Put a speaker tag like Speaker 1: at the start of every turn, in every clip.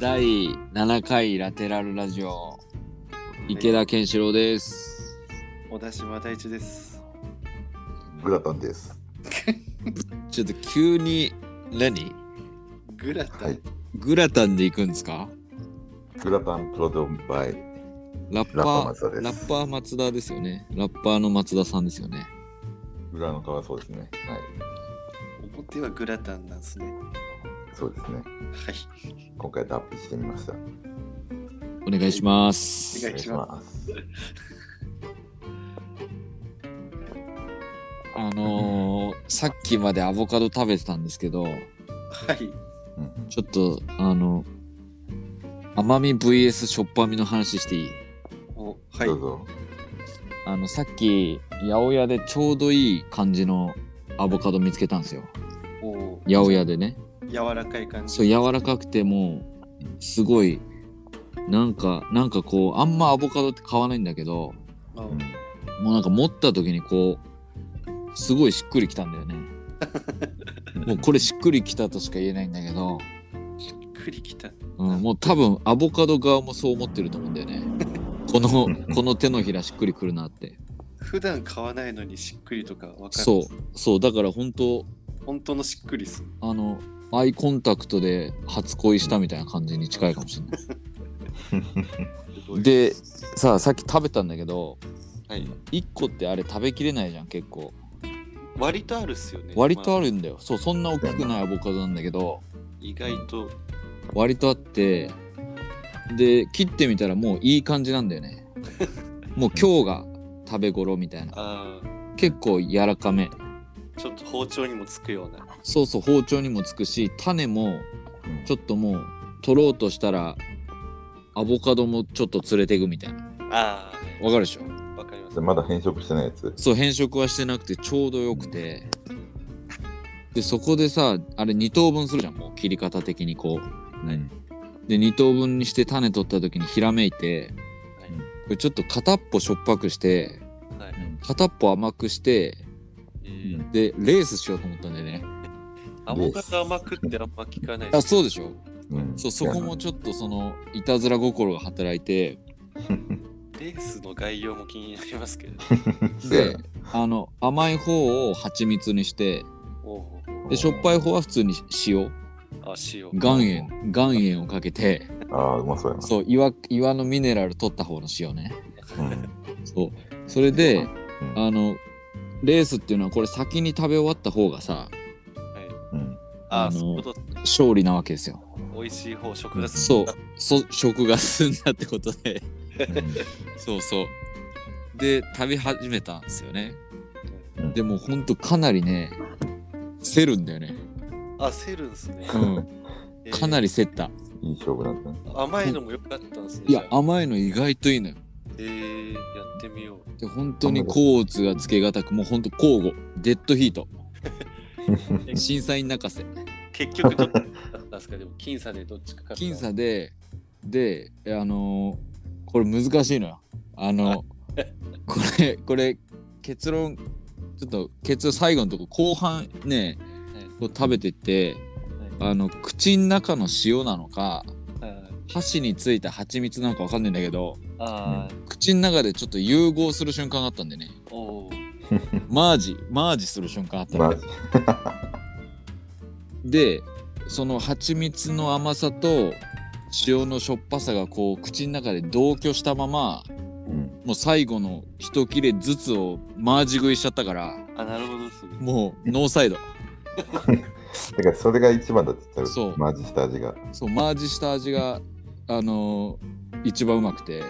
Speaker 1: 第7回ラテラルラジオ池田健志郎です。
Speaker 2: 小田島太一です。
Speaker 3: グラタンです。
Speaker 1: ちょっと急に何
Speaker 2: グラタン、
Speaker 3: はい。
Speaker 1: グラタンで行くんですか
Speaker 3: グラタンプロドンバイ。
Speaker 1: ラッ
Speaker 3: ラッパー
Speaker 1: パ
Speaker 3: 松田
Speaker 1: ー、
Speaker 3: です
Speaker 1: ラッパー松田ですよね。ラッパーの松田さんですよね。
Speaker 3: 裏の皮そうですね。はい。
Speaker 2: 表はグラタンなんですね。
Speaker 3: そうですね。
Speaker 2: はい。
Speaker 3: 今回脱皮してみました。お。
Speaker 1: お願いします。
Speaker 2: お願いします
Speaker 1: あのーさっきまでアボカド食べてたんですけど、
Speaker 2: はい。
Speaker 3: うんうん
Speaker 1: ちょっと、あの、甘み VS しょっぱみの話していい
Speaker 2: お、はい
Speaker 3: ど。うぞ。
Speaker 1: あの、さっき、八百屋でちょうどいい感じのアボカド見つけたんですよ。
Speaker 2: お、
Speaker 1: 八百屋でね。
Speaker 2: 柔らかい感じ。
Speaker 1: そう、柔らかくてもう、すごい、なんか、なんかこう、あんまアボカドって買わないんだけど、
Speaker 2: あ
Speaker 3: うん
Speaker 1: もうなんか持った時にこう、すごいしっくりきたんだよ ね。もうこれしっくりきたとしか言えないんだけど、
Speaker 2: びっくりきた。
Speaker 1: うん、もう多分アボカド側もそう思ってると思うんだよね。こ の、この手のひらしっくりくるなって。
Speaker 2: 普段買わないのにしっくりとかわかる。
Speaker 1: そう、そう、だから本当
Speaker 2: 本当のしっくりっす。
Speaker 1: あの、アイコンタクトで初恋したみたいな感じに近いかもしれない。で、さあ、さっき食べたんだけど、
Speaker 2: はい。
Speaker 1: 1個ってあれ食べきれないじゃん、結構。
Speaker 2: 割とあるっすよね。
Speaker 1: 割とあ
Speaker 2: る。
Speaker 1: るんだよ。そう、そんな大きくないアボカドなんだけど、
Speaker 2: 意外と。
Speaker 1: 割とあって、で、切ってみたらもういい感じなんだよ ね。もう今日が食べ頃みたいな。
Speaker 2: ああ、
Speaker 1: 結構柔らかめ。
Speaker 2: ちょっと包丁にもつくような。
Speaker 1: そうそう、包丁にもつくし、種も
Speaker 3: うん
Speaker 1: ちょっともう取ろうとしたら、アボカドもちょっと連れてくみたいな。
Speaker 2: あ
Speaker 1: わかるでしょ
Speaker 2: あ、わかりま
Speaker 3: そ
Speaker 2: す。
Speaker 3: れまだ変色してないやつ。
Speaker 1: そう変色はしてなくてちょうどよくてでそこでさあれ2等分するじゃんもう切り方的にこう
Speaker 3: うん。
Speaker 1: で2等分にして種取った時にひらめいて
Speaker 2: はい
Speaker 1: これちょっと片っぽしょっぱくして
Speaker 2: は
Speaker 3: う
Speaker 2: い。
Speaker 3: ん
Speaker 1: 片っぽ甘くして
Speaker 2: えー
Speaker 3: うん
Speaker 1: でレースしようと思ったんだよね
Speaker 2: アボカド甘くってあんま聞かない
Speaker 1: あ。そうでしょ
Speaker 3: うん
Speaker 1: そうそこもちょっとそのいたずら心が働いて
Speaker 2: レースの概要も気になりますけど。
Speaker 3: そうや
Speaker 1: で
Speaker 3: な
Speaker 1: あの甘い方を蜂蜜にして
Speaker 2: お うおう
Speaker 1: でしょっぱい方は普通に塩
Speaker 2: おうあ、塩。
Speaker 1: 岩塩岩塩をかけて
Speaker 3: ああ、うまそうや
Speaker 1: そう岩岩のミネラル取った方の塩ね
Speaker 3: な。うん
Speaker 1: そうそれで
Speaker 3: うん
Speaker 1: あのレースっていうのはこれ先に食べ終わった方がさ
Speaker 2: はい。
Speaker 3: うん
Speaker 2: あ
Speaker 1: あ
Speaker 2: あ、
Speaker 1: の
Speaker 2: そういうこと
Speaker 1: 勝利なわけですよ
Speaker 2: 美味しい方食が
Speaker 1: そ
Speaker 2: 進
Speaker 1: うん
Speaker 2: だ
Speaker 1: そ食が進んだってことで そうそうで食べ始めたんですよね
Speaker 3: うん
Speaker 1: でもほんとかなりねせるんだよね、
Speaker 2: あ焦るんですね、
Speaker 1: うん、
Speaker 2: えー
Speaker 1: かなりせった
Speaker 3: いい勝負だっ たね。
Speaker 2: 甘いのも良かったんですね
Speaker 1: いや
Speaker 2: じゃあ
Speaker 1: 甘いの意外といいのよ
Speaker 2: えー、やってみよう
Speaker 1: で本当に甲乙がつけがたくもうほんと交互デッドヒー ト審査員泣かせ
Speaker 2: 結局どっちだったんですかでも僅差でどっちかか
Speaker 1: 僅差でであのーこれ難しいのよあの これこれ結論ちょっと結論最後のとこ後半ねこう食べてってあの口の中の塩なのか
Speaker 2: はい
Speaker 1: 箸についた蜂蜜なのかわかんないんだけど
Speaker 2: あー
Speaker 1: 口の中でちょっと融合する瞬間があったんでね
Speaker 2: おー
Speaker 1: マージマージする瞬間あった
Speaker 3: マ
Speaker 1: の
Speaker 3: ジ。
Speaker 1: でその蜂蜜の甘さと塩のしょっぱさがこう口の中で同居したまま
Speaker 3: うん
Speaker 1: もう最後の一切れずつをマージ食いしちゃったから
Speaker 2: あなるほどっすね
Speaker 1: もうノーサイド
Speaker 3: だからそれが一番だって言った
Speaker 1: そう
Speaker 3: ら、マジした味が。
Speaker 1: そうマージした味があのー一番うまくて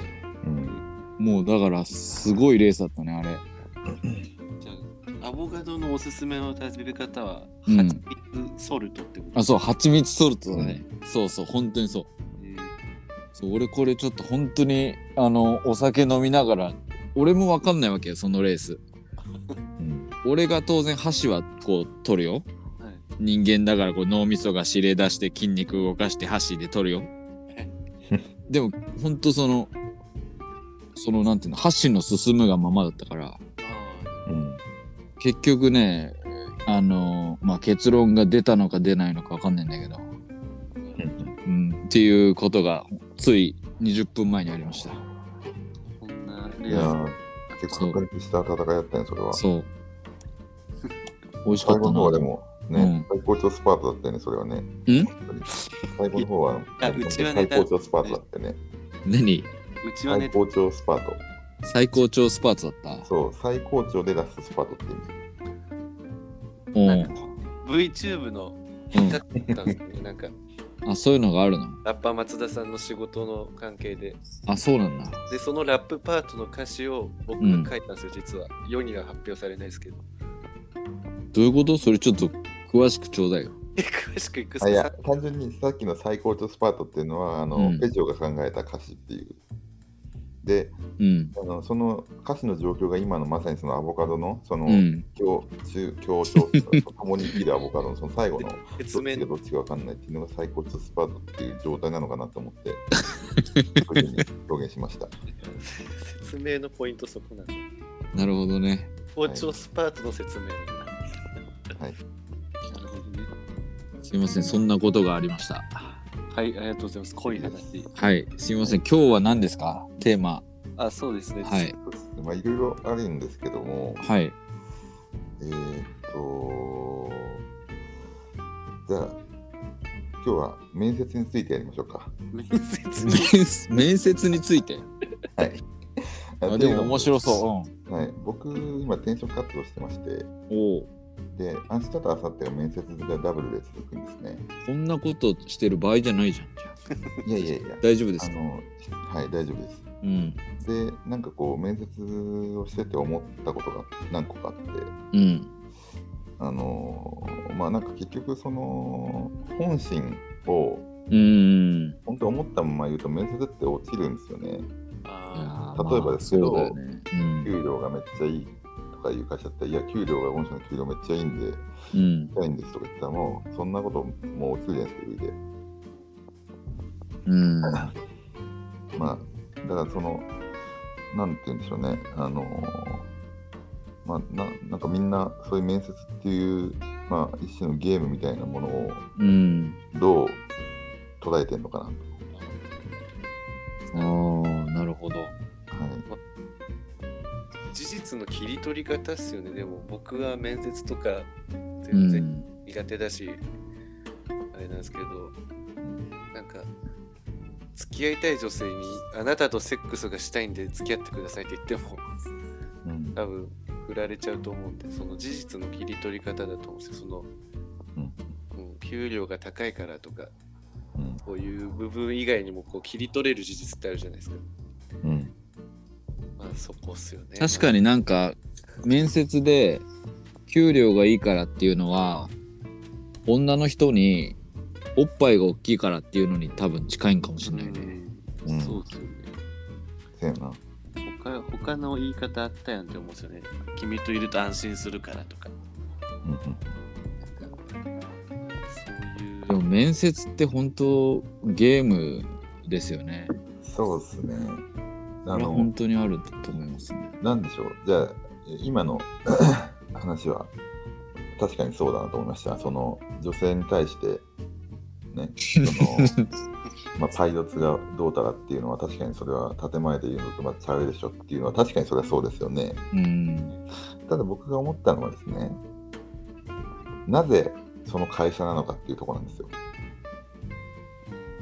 Speaker 3: うん。
Speaker 1: もうだからすごいレースだったねあれ
Speaker 2: じゃあアボカドのおすすめの食べ方は
Speaker 1: うん
Speaker 2: 蜂蜜ソルトってこと
Speaker 1: あそう蜂蜜ソルトだね、そうそう本当にそう
Speaker 2: えー
Speaker 1: そう俺これちょっと本当にあのお酒飲みながら俺もわかんないわけよそのレース
Speaker 3: うん
Speaker 1: 俺が当然箸はこう取るよ
Speaker 2: はい
Speaker 1: 人間だからこう脳みそが指令出して筋肉動かして箸で取るよ
Speaker 2: え。
Speaker 1: でもほんとそのそのなんていうの箸の進むがままだったから
Speaker 2: あ
Speaker 3: うん。
Speaker 1: 結局ねあのまあ結論が出たのか出ないのかわかんないんだけど、
Speaker 2: ー
Speaker 3: うん
Speaker 1: うん、っていうことがつい20分前にありました。
Speaker 2: こんな、
Speaker 3: いやー、結構白熱した戦いだったね、それは。
Speaker 1: そう。美味しか
Speaker 3: 最
Speaker 1: った
Speaker 3: 後の
Speaker 1: な
Speaker 3: 方は。でも、ね、
Speaker 1: うん
Speaker 3: 最高潮スパートだったよね、それはね。
Speaker 1: ん
Speaker 3: 最後の方は、
Speaker 2: やうちはね
Speaker 3: 最高潮スパートだったよね。
Speaker 1: 何
Speaker 2: うちは
Speaker 3: 最
Speaker 2: ね、
Speaker 3: 高潮スパート。
Speaker 1: 最高潮スパーツだった。
Speaker 3: そう、最高潮でラストスパートって
Speaker 1: う
Speaker 3: 意味。
Speaker 1: ん
Speaker 2: なんか VTube の一角だったんですよね。なんか、
Speaker 1: うん。あ、そういうのがあるの。
Speaker 2: ラッパー松田さんの仕事の関係で。
Speaker 1: あ、そうなんだ。
Speaker 2: で、そのラップパートの歌詞を僕が書いたんですよ、実は。世には発表されないですけど。
Speaker 1: どういうことそれちょっと詳しくちょうだいよ。
Speaker 2: え詳しくいく
Speaker 3: あいや
Speaker 2: さ、
Speaker 3: 単純にさっきの最高潮スパートっていうのは、あの、
Speaker 1: うん
Speaker 3: ペジョが考えた歌詞っていう。で、
Speaker 1: うん。
Speaker 3: あのその歌詞の状況が今のまさにそのアボカドの、その、
Speaker 1: うん。
Speaker 3: 強中強調と共に生きるアボカドのその最後のど
Speaker 2: 説
Speaker 3: っちが
Speaker 2: 明
Speaker 3: どっちが分かんないっていうのが最高潮スパートっていう状態なのかなと思って、こういうふうに表現しました。
Speaker 2: 説明のポイントそこなんで。
Speaker 1: なるほどね。
Speaker 2: 包丁スパートの説明。
Speaker 3: はい。
Speaker 2: なるほどね。
Speaker 1: すいません。そんなことがありました。
Speaker 2: はい、ありがとうございます。濃い話。
Speaker 1: はい。すいません。今日は何ですかテーマ。
Speaker 2: あ、そうですね。
Speaker 1: はい。
Speaker 3: そうですねまあ、いろいろあるんですけども、
Speaker 1: はい。
Speaker 3: えー、っと、じゃあ、今日は面接についてやりましょうか。
Speaker 2: 面接に。
Speaker 1: 面接面接について。あでも面白そう。
Speaker 3: う。はい、僕、今転職活動してまして、
Speaker 1: うん、おお。
Speaker 3: で、明日と明後日が面接がダブルで続くんですね。
Speaker 1: こんなことしてる場合じゃないじゃん。
Speaker 3: いやいやいや、
Speaker 1: 大丈夫で
Speaker 3: あ
Speaker 1: すか
Speaker 3: の、はい、大丈夫です。
Speaker 1: うん。
Speaker 3: で、なんかこう、面接をしてて思ったことが何個かあって、
Speaker 1: うん。
Speaker 3: あのーまあなんか結局、その、本心を、
Speaker 1: うん。い
Speaker 3: 本当思ったまま言うと、面接って落ちるんですよね。
Speaker 1: や
Speaker 2: あ
Speaker 1: ー
Speaker 3: 例えばですけど
Speaker 1: まあそうだよね。うん
Speaker 3: 給料がめっちゃいいとかいう会社って、いや、給料が、御社の給料めっちゃいいんで、
Speaker 1: うん。
Speaker 3: 高いんですとか言ってたら、もう、そんなこともう落ちるじゃないですか、言う
Speaker 1: うん。
Speaker 3: で。まあ、だからその、なんて言うんでしょうね、あのーまあ、ななんかみんなそういう面接っていう、まあ、一種のゲームみたいなものを
Speaker 1: うん。
Speaker 3: どう捉えてんのかなと、
Speaker 1: ああ、なるほど。
Speaker 3: はい、
Speaker 2: ー事実の切り取り方っすよね。でも僕は面接とか
Speaker 1: う
Speaker 2: 全然
Speaker 1: ん。
Speaker 2: 苦手だし、あれなんですけど、なんか、付き合いたい女性にあなたとセックスがしたいんで付き合ってくださいって言っても
Speaker 3: うん
Speaker 2: 多分振られちゃうと思うんでその事実の切り取り方だと思うんですよその、
Speaker 3: うん
Speaker 2: うん給料が高いからとか
Speaker 3: うん
Speaker 2: こういう部分以外にもこう切り取れる事実ってあるじゃないですか、
Speaker 3: うん
Speaker 2: まあ、そこっすよね
Speaker 1: 確かになんか面接で給料がいいからっていうのは女の人におっぱいが大きいからっていうのに多分近いんかもしれないね。
Speaker 2: う
Speaker 3: うんん
Speaker 2: そうっすよね
Speaker 3: せやな
Speaker 2: 他他の言い方あったやんって思うんですよね君といると安心するからとか
Speaker 3: うんうん
Speaker 2: なんかそ
Speaker 1: で
Speaker 2: う
Speaker 1: も
Speaker 2: いう
Speaker 1: 面接って本当ゲームですよね。
Speaker 3: そうですねあ
Speaker 1: これは
Speaker 3: の
Speaker 1: 本当にあると思いますね。
Speaker 3: なんでしょうじゃあ今の話は確かにそうだなと思いましたその女性に対してねそ のまあパイロツがどうたらっていうのは確かにそれは建前で言うのとまあちゃうでしょっていうのは確かにそれはそうですよね
Speaker 1: うん。
Speaker 3: ただ僕が思ったのはですねなぜその会社なのかっていうところなんですよ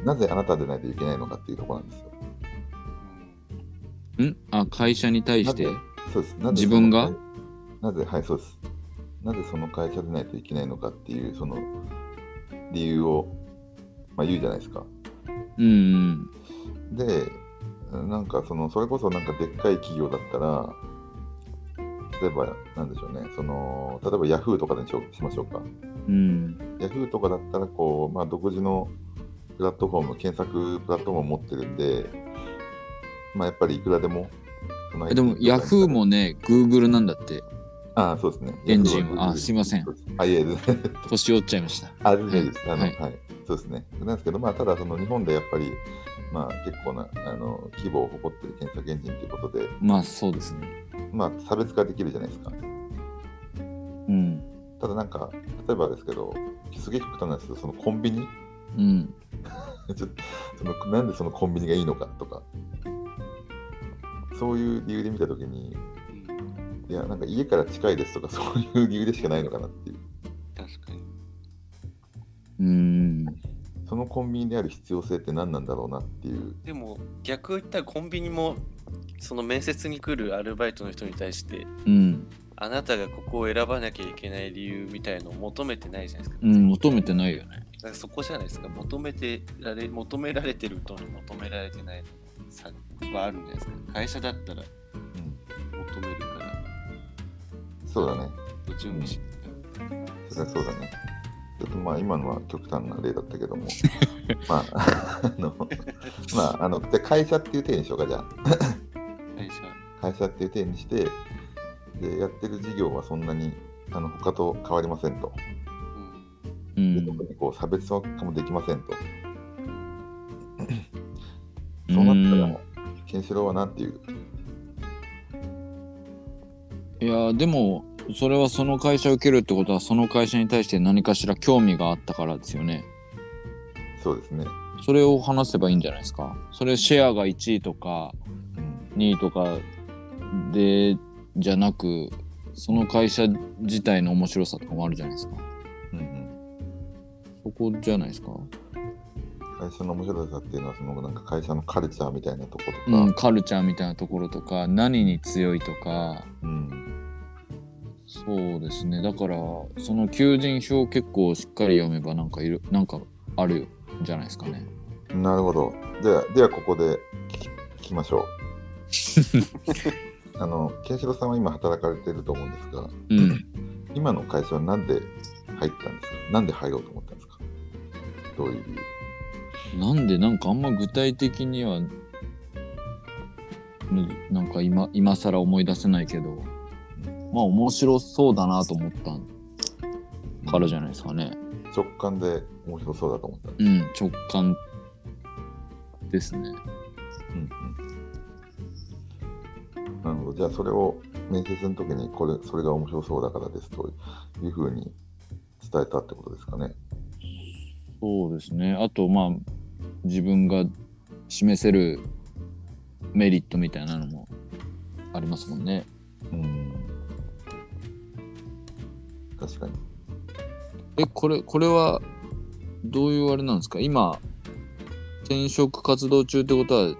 Speaker 3: なぜあなたでないといけないのかっていうところなんですよ
Speaker 1: んあ会社に対して
Speaker 3: なぜそうです。なぜ
Speaker 1: 自分が
Speaker 3: そのなぜ、はい、そうです。なぜその会社でないといけないのかっていう、その理由を、まあ、言うじゃないですか。
Speaker 1: うん
Speaker 3: で、なんかその、それこそなんかでっかい企業だったら、例えば、なんでしょうね、その、例えばヤフーとかにしようしましょうか。
Speaker 1: うんうん
Speaker 3: ヤフーとかだったら、こう、まあ、独自のプラットフォーム、検索プラットフォームを持ってるんで、まあ、やっぱりいくらでも、その
Speaker 1: えでもヤフーもね Google なんだって
Speaker 3: ああ、そうですね。
Speaker 1: エンジン
Speaker 3: Yahoo
Speaker 1: あすいません。
Speaker 3: そうですあ、いえ、
Speaker 1: 年折っちゃいました。
Speaker 3: あ、全然です。あの、
Speaker 1: は
Speaker 3: はいい、そうですね。なんですけど、まあ、ただ、その日本でやっぱり、まあ、結構な、あの、規模を誇ってる検索エンジンということで、
Speaker 1: まあそうですね。
Speaker 3: まあ、差別化できるじゃないですか。
Speaker 1: うん
Speaker 3: ただ、なんか、例えばですけど、すげえ極端なんですけど、そのコンビニ
Speaker 1: うん
Speaker 3: ちょっとそのなんでそのコンビニがいいのかとかそういう理由で見た時に
Speaker 2: うん
Speaker 3: いやなんか家から近いですとかそういう理由でしかないのかなっていう
Speaker 2: 確かに。
Speaker 1: うん。
Speaker 3: そのコンビニである必要性って何なんだろうなっていう
Speaker 2: でも逆を言ったらコンビニもその面接に来るアルバイトの人に対して
Speaker 1: うん。
Speaker 2: あなたがここを選ばなきゃいけない理由みたいのを求めてないじゃないですか。
Speaker 1: うん、求めてないよね。
Speaker 2: だからそこじゃないですか。求めてられ求められてると求められてないの差はあるんじゃないですか。会社だったら求めるから
Speaker 3: そうだね
Speaker 2: 準備し
Speaker 3: それはそうだねちょっとまあ今のは極端な例だった けどもまああのまああのじゃあ会社っていう体にしようかじゃあ
Speaker 2: 会社。
Speaker 3: 会社っていう体にしてでやってる事業はそんなにあの他と変わりませんと、
Speaker 2: うん
Speaker 1: う
Speaker 3: で
Speaker 1: ん。
Speaker 3: 特にこう差別化もできませんと、
Speaker 1: う
Speaker 3: そうなっ
Speaker 1: ん
Speaker 3: たらケンシロウはなっていう
Speaker 1: いやでもそれはその会社を受けるってことはその会社に対して何かしら興味があったからですよね。
Speaker 3: そうですね、
Speaker 1: それを話せばいいんじゃないですか。それシェアが1位とか
Speaker 3: うん、
Speaker 1: 2位とかでじゃなくその会社自体の面白さとかもあるじゃないですか。
Speaker 3: うん
Speaker 1: そこじゃないですか。
Speaker 3: うん会社の面白さっていうのはそのなんか会社のカルチャーみたいなとことか、
Speaker 1: うん、カルチャーみたいなところとか何に強いとか
Speaker 3: うん
Speaker 1: そうですねだからその求人票結構しっかり読めばなんかいるなんかあるよじゃないですかね。
Speaker 3: なるほどじゃあではここで聞き聞きまし ょうあのケンシロウさんは今働かれてると思うんですが
Speaker 1: うん、
Speaker 3: 今の会社はなんで入ったんですかなんで入ろうと思ったんですかどういう理由
Speaker 1: なんでなんかあんま具体的にはむなんか今今更思い出せないけどまあ面白そうだなと思ったからじゃないですかね。
Speaker 3: 直感で面白そうだと思ったんで
Speaker 1: うん、直感ですね。
Speaker 3: す、うんうん、なるほどじゃあそれを面接の時にこれそれが面白そうだからですというふうに伝えたってことですかね
Speaker 1: そうですね。あと、まあ、自分が示せるメリットみたいなのもありますもんね。
Speaker 3: うん確かに
Speaker 1: え、これ、これは、どういうあれなんですか今、転職活動中ってことは、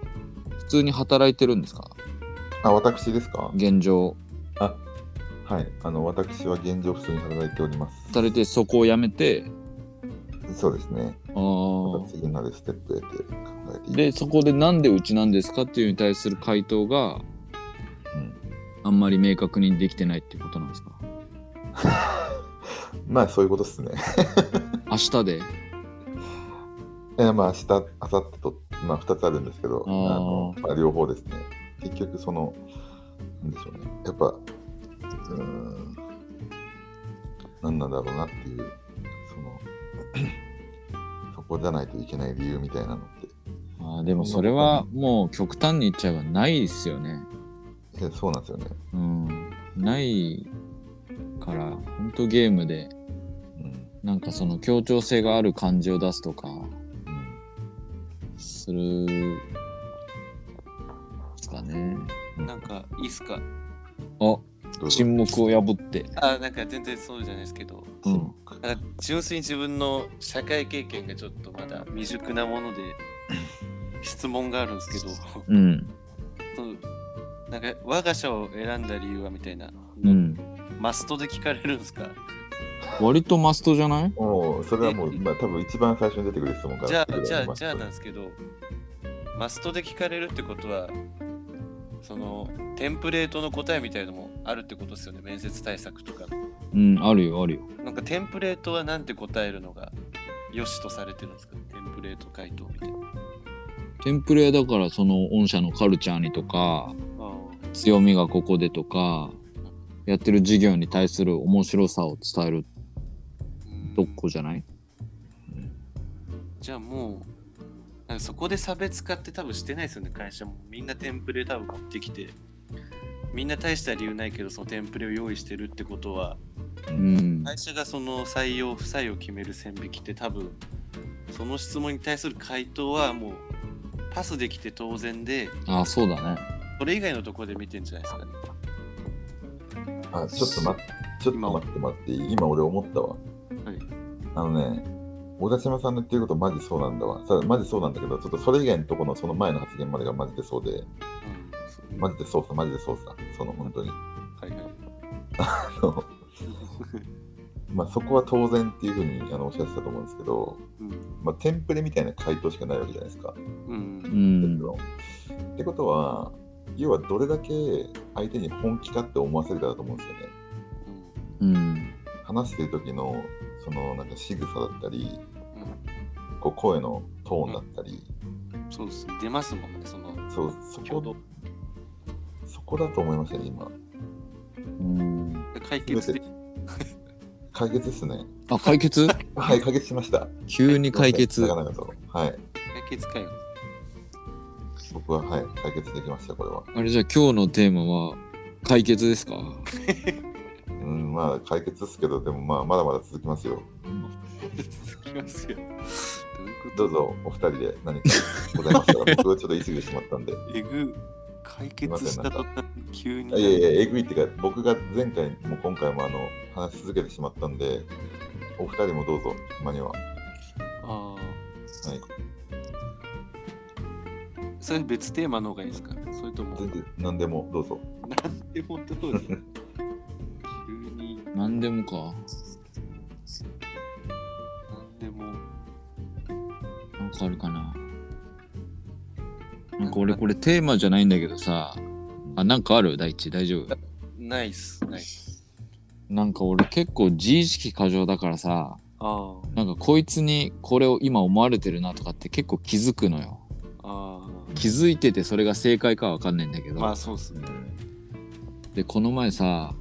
Speaker 1: 普通に働いてるんですか
Speaker 3: あ私ですか
Speaker 1: 現状。
Speaker 3: はいあの私は現状普通に働いております
Speaker 1: 働いて、そこを辞めて、
Speaker 3: そうですね
Speaker 1: あ
Speaker 3: ま
Speaker 1: ー
Speaker 3: た次なるステップへて考えてい
Speaker 1: で、そこでなんでうちなんですかっていうのに対する回答が
Speaker 3: うん、
Speaker 1: あんまり明確にできてないってことなんですか
Speaker 3: まあそういうことですね
Speaker 1: 明日で。
Speaker 3: えーまあ、明日、明後日と、まあ、2つあるんですけど、
Speaker 1: あー
Speaker 3: あのまあ、両方ですね。結局、その、なんでしょうね。やっぱ、うーん、なんなんだろうなっていう、その、 そこじゃないといけない理由みたいなのって、
Speaker 1: あーでもそれはもう極端に言っちゃえばないですよね。
Speaker 3: えーそうなんですよね。
Speaker 1: うん。ないから、ほんとゲームで、
Speaker 3: うん。
Speaker 1: なんかその協調性がある感じを出すとか、する、ですかね。
Speaker 3: うん
Speaker 2: なんかいいっすか
Speaker 1: あ、
Speaker 3: うん、どうぞ
Speaker 1: 沈黙を破って。
Speaker 2: あなんか全然そうじゃないですけど
Speaker 1: うん
Speaker 3: 沈黙
Speaker 2: なんか純粋に自分の社会経験がちょっとまだ未熟なもので質問があるんですけど
Speaker 1: うん。
Speaker 2: そう なんか我が社を選んだ理由はみたいな、
Speaker 1: うん。
Speaker 2: マストで聞かれるんですか
Speaker 1: 割とマストじゃない
Speaker 3: もう、それはもう、まあ、多分一番最初に出てくる質問から。
Speaker 2: じゃあ
Speaker 3: それ
Speaker 2: じ
Speaker 3: ぐら
Speaker 2: ゃ
Speaker 3: い
Speaker 2: あ
Speaker 3: ま
Speaker 2: じゃあなんですけどマストで聞かれるってことはそのテンプレートの答えみたいのもあるってことですよね面接対策とか
Speaker 1: うん、あるよ、あるよ。
Speaker 2: なんかテンプレートはなんて答えるのが良しとされてるんですかテンプレート回答みたいな
Speaker 1: テンプレだから、その御社のカルチャーにとか、強みがここでとか、やってる事業に対する面白さを伝える
Speaker 2: うん
Speaker 1: とこじゃない
Speaker 2: じゃあもうなんかそこで差別化って多分してないですよね会社もみんなテンプレ多分持ってきてみんな大した理由ないけどそのテンプレを用意してるってことは
Speaker 1: うん。
Speaker 2: 会社がその採用不採用を決める線引きって多分その質問に対する回答はもうパスできて当然で
Speaker 1: ああ、そうだね。
Speaker 2: それ以外のところで見てんじゃないですかね
Speaker 3: あちょっと待って、ちょっと待って待っていい、今俺思ったわ。
Speaker 2: はい
Speaker 3: あのね、小田島さんの言ってることマジそうなんだわ。さマジそうなんだけど、ちょっとそれ以外のところのその前の発言までがマジでそうで、
Speaker 2: うんそう
Speaker 3: マジでそうさ、マジでそうさ、その本当に。
Speaker 2: はいはい
Speaker 3: あのまあそこは当然っていうふうにあのおっしゃってたと思うんですけど、
Speaker 2: うん
Speaker 3: まあ、テンプレみたいな回答しかないわけじゃないですか。
Speaker 2: うん
Speaker 1: うん。
Speaker 3: ってことは、要はどれだけ相手に本気かって思わせるかだと思うんですよね。
Speaker 1: うん。
Speaker 3: 話してる時のそのなんか仕草だったり、
Speaker 2: う
Speaker 3: こう声のトーンだったり、
Speaker 2: んそうです出ますもんねその
Speaker 3: そうそ
Speaker 2: 挙動
Speaker 3: こそこだと思いましたね、今。
Speaker 1: うん、
Speaker 2: 解決で
Speaker 3: 全て解決ですね。
Speaker 1: あ、解決
Speaker 3: はい、解決しました。
Speaker 1: 急に解決
Speaker 3: な。かなかと。はい。
Speaker 2: 解決かよ
Speaker 3: 僕は、はい、解決できました、これは。
Speaker 1: あれじゃあ今日のテーマは解決ですか
Speaker 3: うん、まあ、解決ですけど、でも、まあ、まだまだ続きますよ。
Speaker 2: 続きますよどういうこと
Speaker 3: どうぞ、お二人で何かございました ら、僕はちょっと言い過ぎてしまったんで。
Speaker 2: えぐ解決したと急に
Speaker 3: あいやいや、えぐいっていうか、僕が前回も今回もあの話し続けてしまったんで、お二人もどうぞ、たまには。は
Speaker 2: あ
Speaker 3: い、
Speaker 2: あそれ別テーマの方がいいですかそれとも
Speaker 3: 全然何でもどうぞ。
Speaker 2: なんでもどうです急に
Speaker 1: 何でもか。
Speaker 2: なんでも
Speaker 1: なんかあるかな。なんか俺これテーマじゃないんだけどさ。あ、なんかある大地大丈夫
Speaker 2: ナイスナイス
Speaker 1: なんか俺結構自意識過剰だからさ。
Speaker 2: あ
Speaker 1: なんかこいつにこれを今思われてるなとかって結構気づくのよ。
Speaker 2: ああ
Speaker 1: 気づいててそれが正解かはわかんないんだけ
Speaker 2: あ
Speaker 1: ど。
Speaker 2: まあそうっすね
Speaker 1: でこの前さ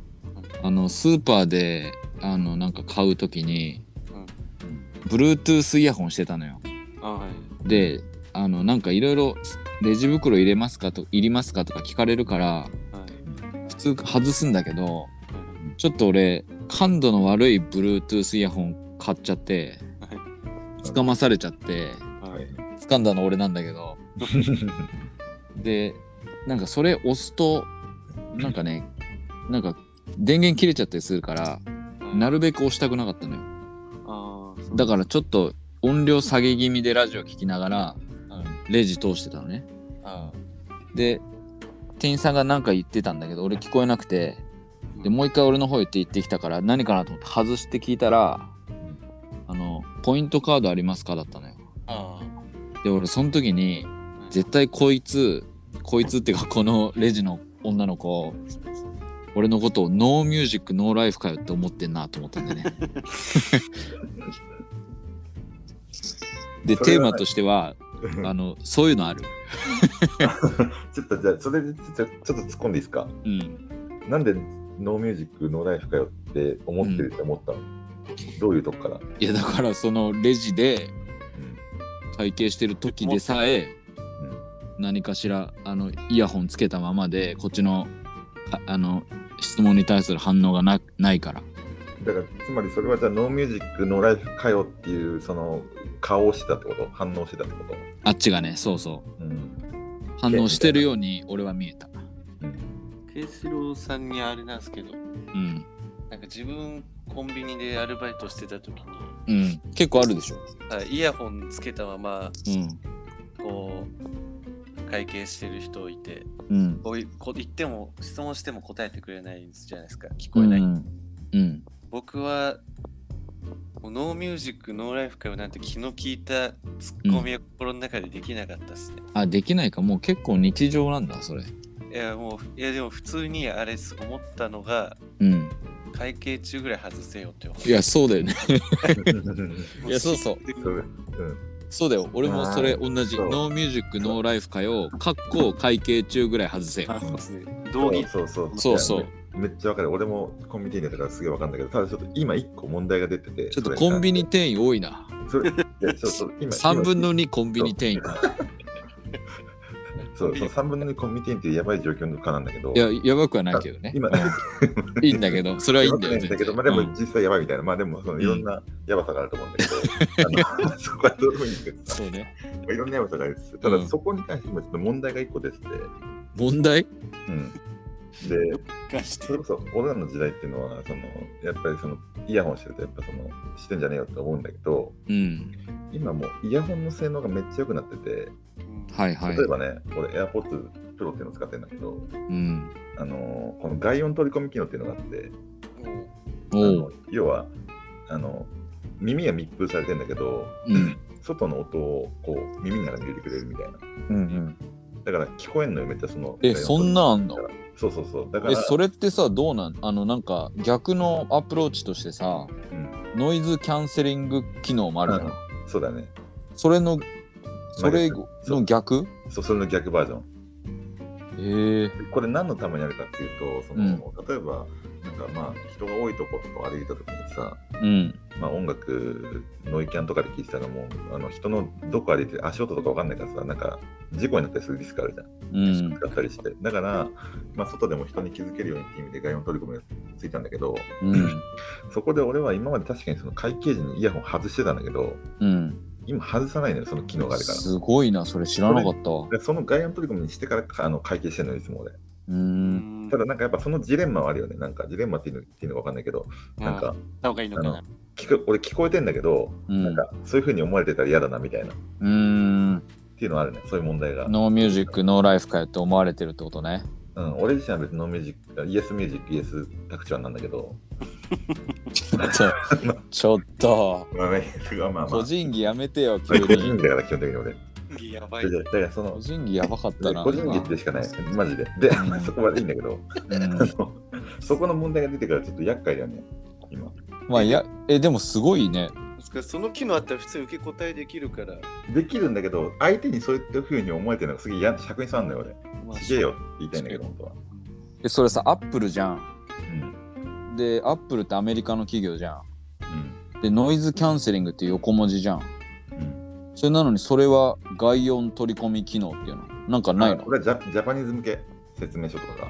Speaker 1: あのスーパーであのなんか買う時に、Bluetooth イヤホンしてたのよ
Speaker 2: あはい
Speaker 1: であのなんかいろいろレジ袋入れますかといりますかとか聞かれるから
Speaker 2: はい
Speaker 1: 普通外すんだけど
Speaker 2: は
Speaker 1: ちょっと俺感度の悪い Bluetooth イヤホン買っちゃって
Speaker 2: い
Speaker 1: 掴まされちゃって
Speaker 2: はいはい
Speaker 1: 掴んだの俺なんだけどでなんかそれ押すとなんかねなんか電源切れちゃったりするからなるべく押したくなかったのよ
Speaker 2: ああそう
Speaker 1: だからちょっと音量下げ気味でラジオ聞きながら
Speaker 2: はい
Speaker 1: レジ通してたのね
Speaker 2: あ
Speaker 1: で店員さんが何か言ってたんだけど俺聞こえなくて
Speaker 2: あ
Speaker 1: でもう一回俺の方言って行ってきたから何かなと思って外して聞いたら「あのポイントカードありますか?」だったのよ
Speaker 2: あ
Speaker 1: で俺その時に
Speaker 2: あ
Speaker 1: 絶対こいつこいつっていうかこのレジの女の子俺のことをノーミュージックノーライフかよって思ってんなと思ったんだよね。で
Speaker 3: それ
Speaker 1: テー
Speaker 3: は
Speaker 1: マとしてはあのそういうのある。
Speaker 3: ちょっとじゃあ、それでちょちょっと突っ込んでいいですか。
Speaker 1: うん、
Speaker 3: なんでノーミュージック、ノーライフかよって思ってるって思ったの、どういうとこから、
Speaker 1: いやだからそのレジで会計してる時でさえ
Speaker 3: うんうん
Speaker 1: 何かしらあのイヤホンつけたままでこっちのああの質問に対する反応がなないから。
Speaker 3: だからつまりそれはじゃあノーミュージックノーライフかよっていうその顔をしてたってこと反応してたってこと
Speaker 1: あっちがねそうそう
Speaker 3: うん、
Speaker 1: 反応してるように俺は見えた。
Speaker 3: うん、
Speaker 2: ケイシロウさんにあれなんですけど
Speaker 1: うん
Speaker 2: なんか自分コンビニでアルバイトしてた時に
Speaker 1: うん、結構あるでしょ。
Speaker 2: あイヤホンつけたまま
Speaker 1: うん。
Speaker 2: こう会計してる人いて
Speaker 1: うん。
Speaker 2: こういこう言っても質問しても答えてくれないじゃないですか聞
Speaker 1: う
Speaker 2: こえない、
Speaker 1: ん。うん。
Speaker 2: 僕はもうノーミュージックノーライフかよなんて気の利いたツッコミが心の中でできなかったっすね、
Speaker 1: あ、できないか。もう結構日常なんだ、それ。
Speaker 2: いやもういやでも普通にあれ思ったのが
Speaker 1: うん。
Speaker 2: 会計中ぐらい外せよって思
Speaker 1: いや、そうだよね。
Speaker 2: う
Speaker 1: いやそうそう
Speaker 3: それ
Speaker 1: そうだよ。俺もそれ同じ。
Speaker 3: そう
Speaker 1: ノーミュージック、ノーライフかよ。かっこ会計中ぐらい外せよ
Speaker 2: あ。そうですね同
Speaker 3: う
Speaker 2: 義
Speaker 3: んそうそう
Speaker 1: そうそう
Speaker 3: いやめめっちゃわかる俺もコンビニ店だからすげえわかんだけどただちょっと今一個問題が出てて
Speaker 1: ちょっとコンビニ店員多いな。
Speaker 3: それいやそうそう今
Speaker 1: 3分の
Speaker 3: 今
Speaker 1: 2コンビニ店員か。
Speaker 3: そう、その3分の2コミュニティっていうやばい状況のかなんだけど、
Speaker 1: いや、やばくはないけどね。
Speaker 3: 今、
Speaker 1: いいんだけど、それはいいんだよ。
Speaker 3: やばくないけど、まあでも実際やばいみたいな、まあでもそのいろんなやばさがあると思うんだけど、あの そこはどうでもいいんだけどさ
Speaker 1: そうね。
Speaker 3: いろんなやばさがあるんです。た
Speaker 1: うん
Speaker 3: だそこに関して今ちょっと問題が1個でして、
Speaker 1: 問題
Speaker 3: うん。で、
Speaker 2: 関して
Speaker 3: それこそ俺らの時代っていうのは、そのやっぱりそのイヤホンしてると、やっぱそのしてんじゃねえよって思うんだけど、
Speaker 1: うん。
Speaker 3: 今もうイヤホンの性能がめっちゃ良くなってて、
Speaker 1: はいはい
Speaker 3: 例え。ばね、俺 AirPods Pro っていうのを使ってるんだけど、
Speaker 1: うん。
Speaker 3: あのーこの外音取り込み機能っていうのがあって、
Speaker 2: うん
Speaker 1: お
Speaker 3: あ
Speaker 1: お
Speaker 3: の。要はあの耳が密封されてんだけど、
Speaker 1: うん
Speaker 3: 外の音をこう耳の中に入れてくれるみたいな
Speaker 1: うん
Speaker 3: だから聞こえんのよめっちゃその
Speaker 1: えそんなあんの
Speaker 3: そうそうそうだか
Speaker 1: え、
Speaker 3: ら
Speaker 1: それってさ、どうなんあの、なんか逆のアプローチとしてさ、
Speaker 3: うん、
Speaker 1: ノイズキャンセリング機能もあるじゃん
Speaker 3: うん。そうだね
Speaker 1: それの、それの逆
Speaker 3: そうそれの逆バージョン
Speaker 1: ええ。
Speaker 3: これ何のためにあるかっていうとその、
Speaker 1: う
Speaker 3: 例えばなんかまあ人が多いとことかを歩いた時にさ
Speaker 1: うん。
Speaker 3: まあ、音楽ノイキャンとかで聞いてたらもうあの人のどこ歩いて足音とかわかんないからさなんか事故になったりするリスクあるじゃん
Speaker 1: うん。
Speaker 3: だったりして、だから、まあ、外でも人に気づけるようにっていう意味で外音取り込みがついたんだけど、
Speaker 1: うん。
Speaker 3: そこで俺は今まで確かにその会計時にイヤホン外してたんだけど、
Speaker 1: うん。
Speaker 3: 今外さないのよ、その 機能があるから。
Speaker 1: すごいな、それ知らなかったわ。
Speaker 3: でその外音取り込みにしてからあの会計してるのよ、いつも俺。
Speaker 1: う。
Speaker 2: うんん
Speaker 3: ただなんかやっぱそのジレンマはあるよね、なんかジレンマっていうのっていうのがわかんないけど、なん
Speaker 2: あ
Speaker 3: か
Speaker 2: った方がいいのか
Speaker 3: あ
Speaker 2: な。
Speaker 3: 聞く俺聞こえてんだけど、
Speaker 1: うん
Speaker 3: なんかそういうふうに思われてたら嫌だなみたいな、っ
Speaker 1: うん。
Speaker 3: ていうのはあるね、そういう問題が。
Speaker 1: ノーミュージック、ノーライフかよって思われてるってこと ね。
Speaker 3: うん、俺自身は別にノーミュージック、イエスミュージック、イエスタクチュアンなんだけど、
Speaker 1: ちょっと、 ちょっと、
Speaker 3: まあね、それはまあまあ、
Speaker 1: 個
Speaker 3: 個人
Speaker 1: 人技やめてよ、急に。
Speaker 3: だから基本的に俺。
Speaker 2: やばい
Speaker 3: だ。からその
Speaker 1: 個、人技やばかったな。
Speaker 3: 個人技ってしかない、マジで。で、
Speaker 1: うん
Speaker 3: そこまでいいんだけど、
Speaker 1: うん
Speaker 3: あのそこの問題が出てからちょっと厄介だよね、今。
Speaker 1: まあ、いや、え、でもすごいね。
Speaker 2: ですからその機能あったら普通に受け答えできるから。
Speaker 3: できるんだけど、相手にそういうふうに思えてるのがすげえ嫌尺にさんのよ、
Speaker 2: まあ
Speaker 3: 俺。すげえよって言いたいんだけど、本当は。
Speaker 1: え、それさ、アップルじゃん。
Speaker 3: うん。
Speaker 1: で、アップルってアメリカの企業じゃ
Speaker 3: うん
Speaker 1: ん。で、ノイズキャンセリングって横文字じゃん。
Speaker 3: うん。
Speaker 1: それなのに、それは外音取り込み機能っていうの。なんかない
Speaker 3: あ
Speaker 1: の
Speaker 3: これはジャジャパニーズ向け説明書とか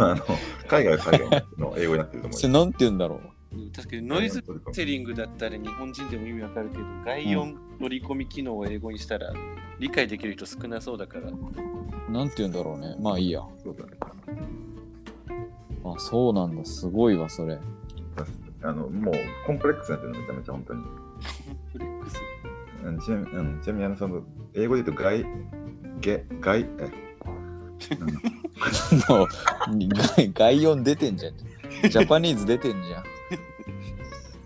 Speaker 3: が。あの海外は海外の英語になってると 思
Speaker 1: そうれ
Speaker 3: よ。
Speaker 1: なんて言うんだろう。
Speaker 2: うん確かにノイズキャンセリングだったら日本人でも意味わかるけど、外音取り込み機能を英語にしたら理解できる人少なそうだから。
Speaker 1: なんて言うんだろうね。まあいいや。
Speaker 3: そうだね
Speaker 1: あ、そうなんだ。すごいわ、それ。
Speaker 3: あのもうコンプレックスになってるのめちゃめちゃ本当に。
Speaker 2: フレックス。
Speaker 3: うんちなみうんちなみにあのその英語で言うと外ゲ外え
Speaker 1: もう、外外音出てんじゃん。ジャパニーズ出てんじゃん。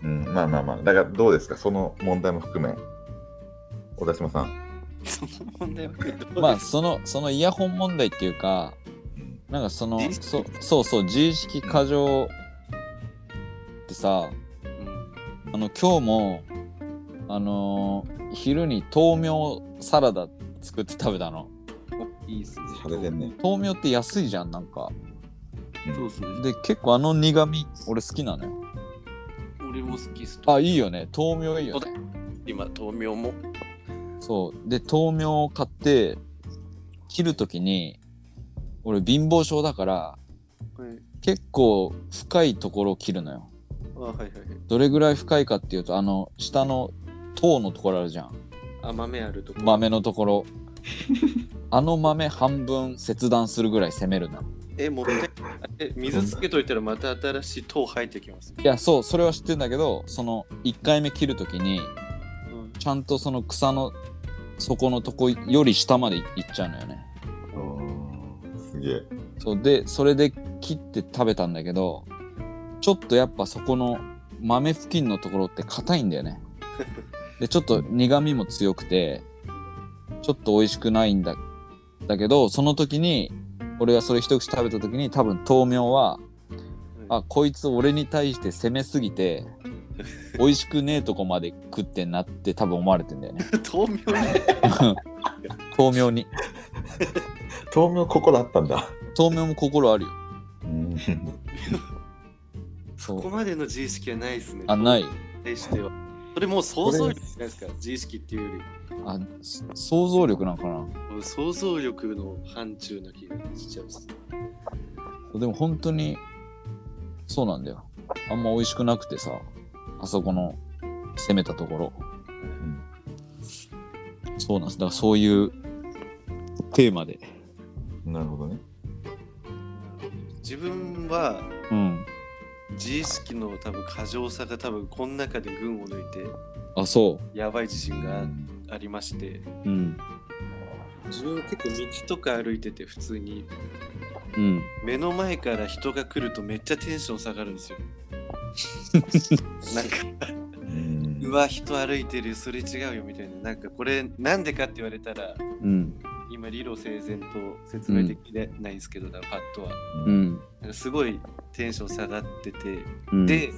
Speaker 3: うん、まあまあまあ、だからどうですか、その問題も含め。小田島さん。
Speaker 2: その問題はどうですか
Speaker 1: まあ、その、そのイヤホン問題っていうか、なんかその
Speaker 2: 自意、識
Speaker 1: そそうそう、自意識過剰ってさ、
Speaker 2: うん
Speaker 1: あの、今日も、あのー昼に豆苗サラダ作って食べたの。
Speaker 2: おいいっすね。
Speaker 3: それでね。
Speaker 1: 豆苗って安いじゃん、なんか。
Speaker 2: そうっすね。
Speaker 1: で、結構あの苦味、俺好きなのよ。
Speaker 2: 俺も好きっす。
Speaker 1: あ、いいよね。豆苗いいよね。
Speaker 2: 今、豆苗も。
Speaker 1: そう。で、豆苗を買って、切るときに、俺貧乏症だから、
Speaker 2: はい、
Speaker 1: 結構深いところを切るのよ。
Speaker 2: あ、はいはいはい。
Speaker 1: どれぐらい深いかっていうと、あの、下の塔のところあるじゃん。
Speaker 2: あ、豆あるとこ。
Speaker 1: 豆のところ。あの豆半分切断するぐらい攻めるな。
Speaker 2: え、もったいないえ、水つけといたらまた新しい糖入ってきます。
Speaker 1: いや、そう、それは知ってんだけど、その1回目切るときに、
Speaker 2: うん。
Speaker 1: ちゃんとその草の底のとこより下まで行っちゃうのよね。
Speaker 3: すげえ。
Speaker 1: そうでそれで切って食べたんだけどちょっとやっぱそこの豆付近のところって硬いんだよねでちょっと苦味も強くてちょっと美味しくないんだだけどその時に俺がそれ一口食べた時に多分豆苗はあこいつ俺に対して攻めすぎて美味しくねえとこまで食ってんなって多分思われてんだよね
Speaker 2: 豆苗ね。
Speaker 1: 豆苗に
Speaker 3: 豆苗心あったんだ。
Speaker 1: 豆苗も心あるよ
Speaker 3: うん。
Speaker 1: そ
Speaker 2: ここ
Speaker 1: う
Speaker 2: までの自意識はないですね。
Speaker 1: あない
Speaker 2: に対しては。それもう想像力じゃないですか、自意識っていうより。
Speaker 1: あそ想像力なんかな
Speaker 2: 想像力の範疇な気がしちゃうっす。
Speaker 1: そうでも本当にそうなんだよあんま美味しくなくてさあそこの攻めたところ、そうなんですだからそういうテーマで
Speaker 3: なるほどね。
Speaker 2: 自分は
Speaker 1: うん
Speaker 2: 自意識の多分過剰さが多分この中で群を抜いて
Speaker 1: あそ
Speaker 2: やばい自信がありまして
Speaker 1: ううん
Speaker 2: 自分は結構道とか歩いてて普通に
Speaker 1: うん
Speaker 2: 目の前から人が来るとめっちゃテンション下がるんで すよなんか
Speaker 3: うん
Speaker 2: うわ人歩いてるそれ違うよみたいななんかこれなんでかって言われたら
Speaker 1: うん
Speaker 2: 今理路整然と説明できないんですけど、だからパッとは
Speaker 1: うん
Speaker 2: なんかすごいテンション下がってて
Speaker 1: うん
Speaker 2: で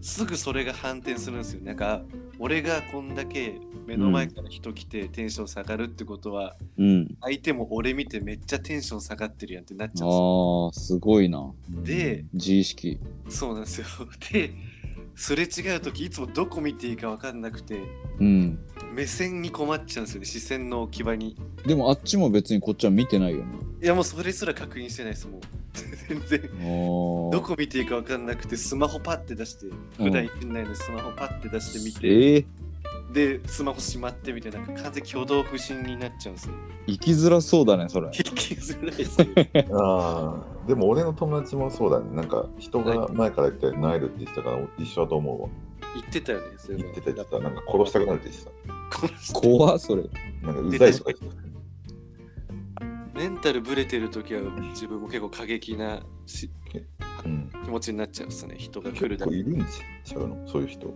Speaker 2: すぐそれが反転するんですよなんか俺がこんだけ目の前から人来てテンション下がるってことは、
Speaker 1: うん
Speaker 2: 相手も俺見てめっちゃテンション下がってるやんってなっち
Speaker 1: あ
Speaker 2: ゃうん
Speaker 1: ーすごいな
Speaker 2: で
Speaker 1: 自意識
Speaker 2: ですよそうなんですよ ですれ違う時いつもどこ見ていいか分かんなくて
Speaker 1: うん
Speaker 2: 目線に困っちゃうんですよね視線の置き場に
Speaker 1: でもあっちも別にこっちは見てないよね
Speaker 2: いやもうそれすら確認してないですもう 全然
Speaker 1: お
Speaker 2: どこ見ていいか分かんなくてスマホパッて出して
Speaker 1: うん
Speaker 2: 普段行ってないのにスマホパッて出して見て、
Speaker 1: えー、
Speaker 2: でスマホしまってみたいななんか完全に挙動不審になっちゃう んですよ
Speaker 1: 生きづらそうだねそれ
Speaker 2: 経験づら いですね
Speaker 3: ああ、でも俺の友達もそうだね。なんか人が前から言って萎えるって言ってたから一緒だと思うわ。
Speaker 2: 言ってたよねそういえば
Speaker 3: 言ってた言ってた。なんか殺したくなるって言ってた。
Speaker 2: 殺して
Speaker 1: 怖っそれ
Speaker 3: なんかうざいとか言ってた。
Speaker 2: メンタルブレてる時は自分も結構過激なし
Speaker 3: うん。
Speaker 2: 気持ちになっちゃうんですね人が来る
Speaker 3: 結
Speaker 2: だ
Speaker 3: 構
Speaker 2: け
Speaker 3: いるんちゃうのそういう人。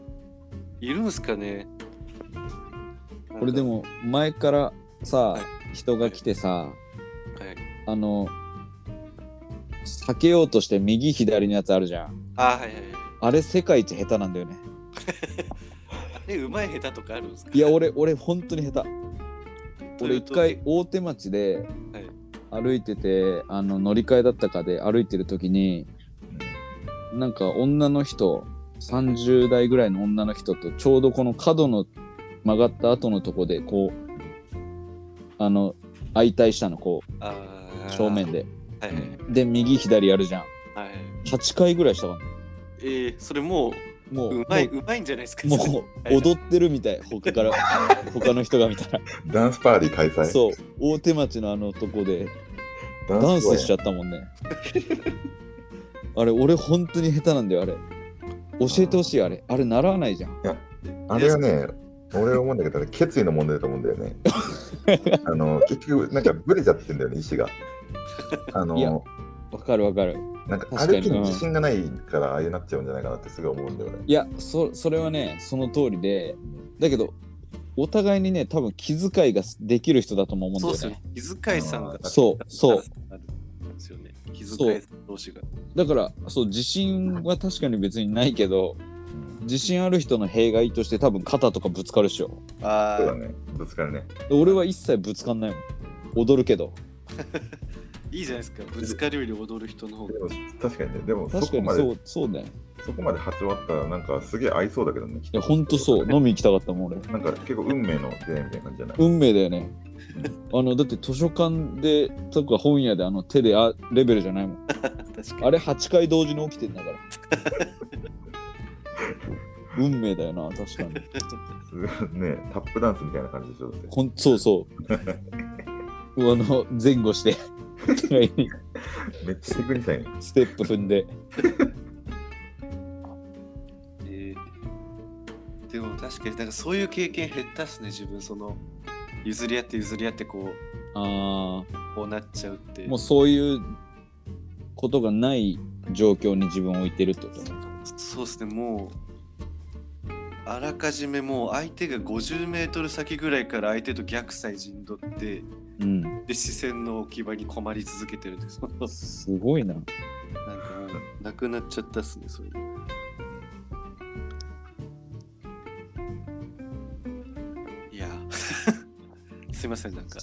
Speaker 2: いるんすかね
Speaker 1: これでも前からさ
Speaker 2: はい
Speaker 1: 人が来てさ
Speaker 2: なんだろう、はい、
Speaker 1: あの避けようとして右左のやつあるじゃん
Speaker 2: あはいはいはい
Speaker 1: あれ世界一下手なんだよね
Speaker 2: えうまい下手とかあるんですか
Speaker 1: いや俺俺本当に下手
Speaker 2: とい
Speaker 1: 俺
Speaker 2: う
Speaker 1: 一
Speaker 2: と
Speaker 1: 回大手町で
Speaker 2: はい
Speaker 1: 歩いててあの乗り換えだったかで歩いてる時になんか女の人30代ぐらいの女の人とちょうどこの角の曲がった後のとこでこうあの相対したのこう
Speaker 2: あー
Speaker 1: 正面で
Speaker 2: はいはい
Speaker 1: で右左やるじゃん
Speaker 2: はいはい
Speaker 1: 8回ぐらいしたか
Speaker 2: えー、それも
Speaker 1: なも
Speaker 2: う
Speaker 1: う
Speaker 2: うまいうまいんじゃないですか
Speaker 1: もう
Speaker 2: それ
Speaker 1: もう踊ってるみたい他 から他の人が見たら
Speaker 3: ダンスパーティー開催
Speaker 1: そう大手町のあのとこで
Speaker 3: ダ
Speaker 1: ダン
Speaker 3: 公
Speaker 1: ス
Speaker 3: 演
Speaker 1: しちゃったもんねあれ俺本当に下手なんだよあれ教えてほしいあれあれ習わないじゃん
Speaker 3: あれはね、俺は思うんだけど、あれ決意の問題だと思うんだよ ね。あの結局、なんかぶれちゃってんだよね、意思が。あ
Speaker 1: いや
Speaker 3: の
Speaker 1: わかるわかる
Speaker 3: なんか
Speaker 1: 確かに
Speaker 3: 歩きに自信がないから、ああいうなっちゃうんじゃないかなってすごい思うんだよね。
Speaker 1: いやそそれはねその通りでだけどお互いにね多分気遣いができる人だとも思うんだ
Speaker 2: そう
Speaker 1: よ
Speaker 2: で
Speaker 1: ね
Speaker 2: すよね気遣いさんが
Speaker 1: そうそう
Speaker 2: あるんですよね気遣いさん同士が
Speaker 1: だからそう自信は確かに別にないけど自信ある人の弊害として多分肩とかぶつかるっしょ
Speaker 2: あ
Speaker 3: そうだ
Speaker 2: あ
Speaker 3: ね、ぶつかるね。
Speaker 1: 俺は一切ぶつかんないもん踊るけど
Speaker 2: いいじゃないですかぶつかるより踊る人の方が
Speaker 3: でも確かにね、でもそ
Speaker 1: 確か
Speaker 3: こ
Speaker 1: に
Speaker 3: まで
Speaker 1: そ
Speaker 3: そう
Speaker 1: そうだよい
Speaker 3: こまで8割ったら、なんかすげえ合いそうだけどね。きっと
Speaker 1: やほんとそう飲み行きたかったもん俺
Speaker 3: なんか結構運命の出会いみたいな感じじゃない、
Speaker 1: 運命だよ ねあのだって図書館でとか本屋であの手であレベルじゃないもん
Speaker 2: 確かに
Speaker 1: あれ8回同時に起きてんだから 運命だよな確かに
Speaker 3: すごいね、タップダンスみたいな感じでしょ。だって
Speaker 1: ほんそうそうあの前後 してお互いに
Speaker 3: めっちゃテクニシャンやん
Speaker 1: ステップ踏んで
Speaker 2: えーでも確かになんかそういう経験減ったっすね自分その譲り合って譲り合ってこう
Speaker 1: あ
Speaker 2: こうなっちゃうって
Speaker 1: あもうそういうことがない状況に自分を置いてるってことね
Speaker 2: そうっすねもうあらかじめもう相手が 50m 先ぐらいから相手と逆サイ陣取って
Speaker 1: うん
Speaker 2: で視線の置き場に困り続けてるんですなんか
Speaker 1: すごいな
Speaker 2: もうなくなっちゃったっすねそれいや すいませんなんか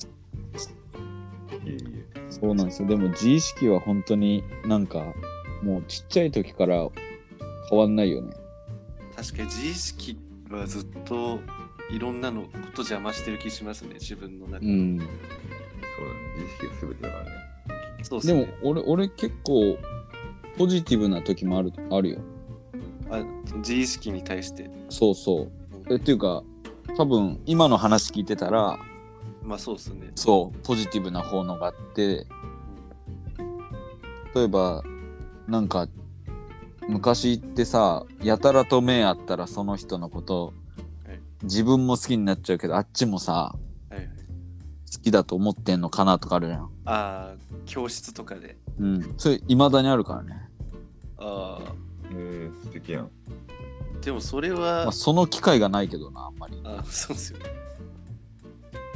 Speaker 3: いえいえ。
Speaker 1: そうなんですよでも自意識は本当になんかもうちっちゃい時から変わんないよね
Speaker 2: 確かに自意識はずっといろんなのこと邪魔してる気しますね、自分の中
Speaker 1: う
Speaker 2: で。
Speaker 1: ん、
Speaker 3: そうだね。意識が全てだからね。
Speaker 2: そう
Speaker 1: で
Speaker 2: で
Speaker 1: も
Speaker 2: すね。
Speaker 1: 俺俺結構ポジティブな時もあるあるよ
Speaker 2: あ自意識に対して。
Speaker 1: そうそうえっていうか多分今の話聞いてたら
Speaker 2: まあそうですね。
Speaker 1: そうポジティブな方のがあって例えばなんか昔ってさやたらと目あったらその人のこと
Speaker 2: はい
Speaker 1: 自分も好きになっちゃうけどあっちもさ
Speaker 2: はいはい、
Speaker 1: 好きだと思ってんのかなとかあるじゃん。
Speaker 2: ああ、教室とかで。
Speaker 1: うん、それ未だにあるからね、
Speaker 2: ああ、
Speaker 3: えー、素敵やん。
Speaker 2: でもそれは、
Speaker 1: まあ、その機会がないけどなあんまり
Speaker 2: あそうですよね。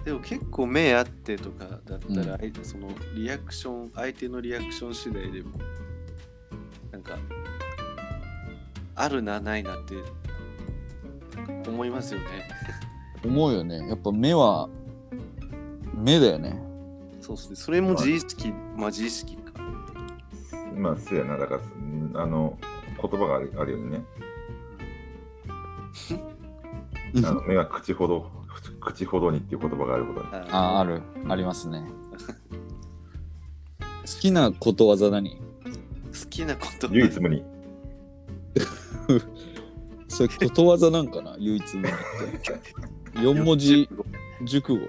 Speaker 2: でも結構目あってとかだったら、
Speaker 1: うん
Speaker 2: 相手そのリアクション相手のリアクション次第でもなんかあるなないなって思いますよね。
Speaker 1: 思うよねやっぱ目は目だよね
Speaker 2: そうですね。それも自意識、まあ自意識か。
Speaker 3: まあ、そうやな。だから、うんあの、言葉があるあるようにね。あの目は口ほど、口ほどにっていう言葉があることに。
Speaker 2: あ
Speaker 1: ああ
Speaker 2: る。
Speaker 1: るありますね好きなことわざ何
Speaker 2: 好きなこと
Speaker 3: 唯一無二。
Speaker 1: それことわざなんか な唯一無二って4文字熟語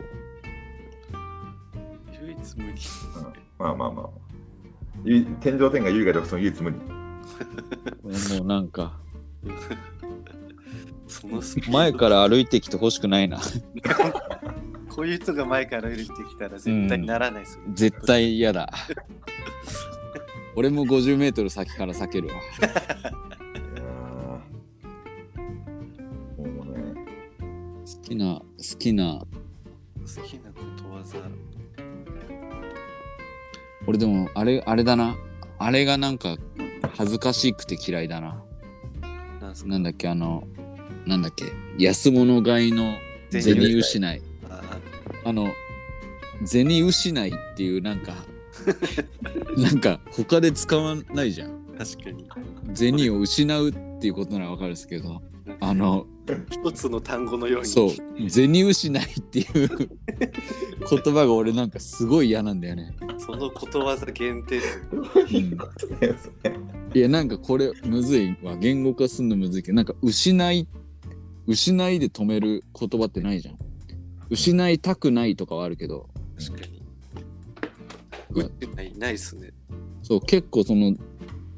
Speaker 2: 唯一無二。
Speaker 3: まあまあまあ。ゆい天上天下優雅独尊唯一無二。
Speaker 1: もうなんか
Speaker 2: そのスピード
Speaker 1: 前から歩いてきてほしくないな
Speaker 2: こういう人が前から降りてきたら絶対ならないですよね。
Speaker 1: 絶対嫌だ俺も 50m 先から避けるわ
Speaker 3: いやーもうね、
Speaker 1: 好きな好きな
Speaker 2: 好きなことわざ。
Speaker 1: 俺でもあれあれだなあれがなんか恥ずかしくて嫌いだな
Speaker 2: なんですか
Speaker 1: なんだっけあのなんだっけ安物買いの銭失い
Speaker 2: ああ
Speaker 1: あの銭失いっていうなんかなんか他で使わないじゃん
Speaker 2: 確かに。
Speaker 1: 銭を失うっていうことならわかるんですけどあの
Speaker 2: 一つの単語のように。
Speaker 1: そう銭失いっていう言葉が俺なんかすごい嫌なんだよね
Speaker 2: そのことわざ限定です
Speaker 3: どういうことだよ、それ。
Speaker 1: いやなんかこれむずいわ言語化すんのむずいけどなんか失い失いで止める言葉ってないじゃん失いたくないとかはあるけど
Speaker 2: 確かに。
Speaker 1: うわ
Speaker 2: 打ってない、ないですね。
Speaker 1: そう結構その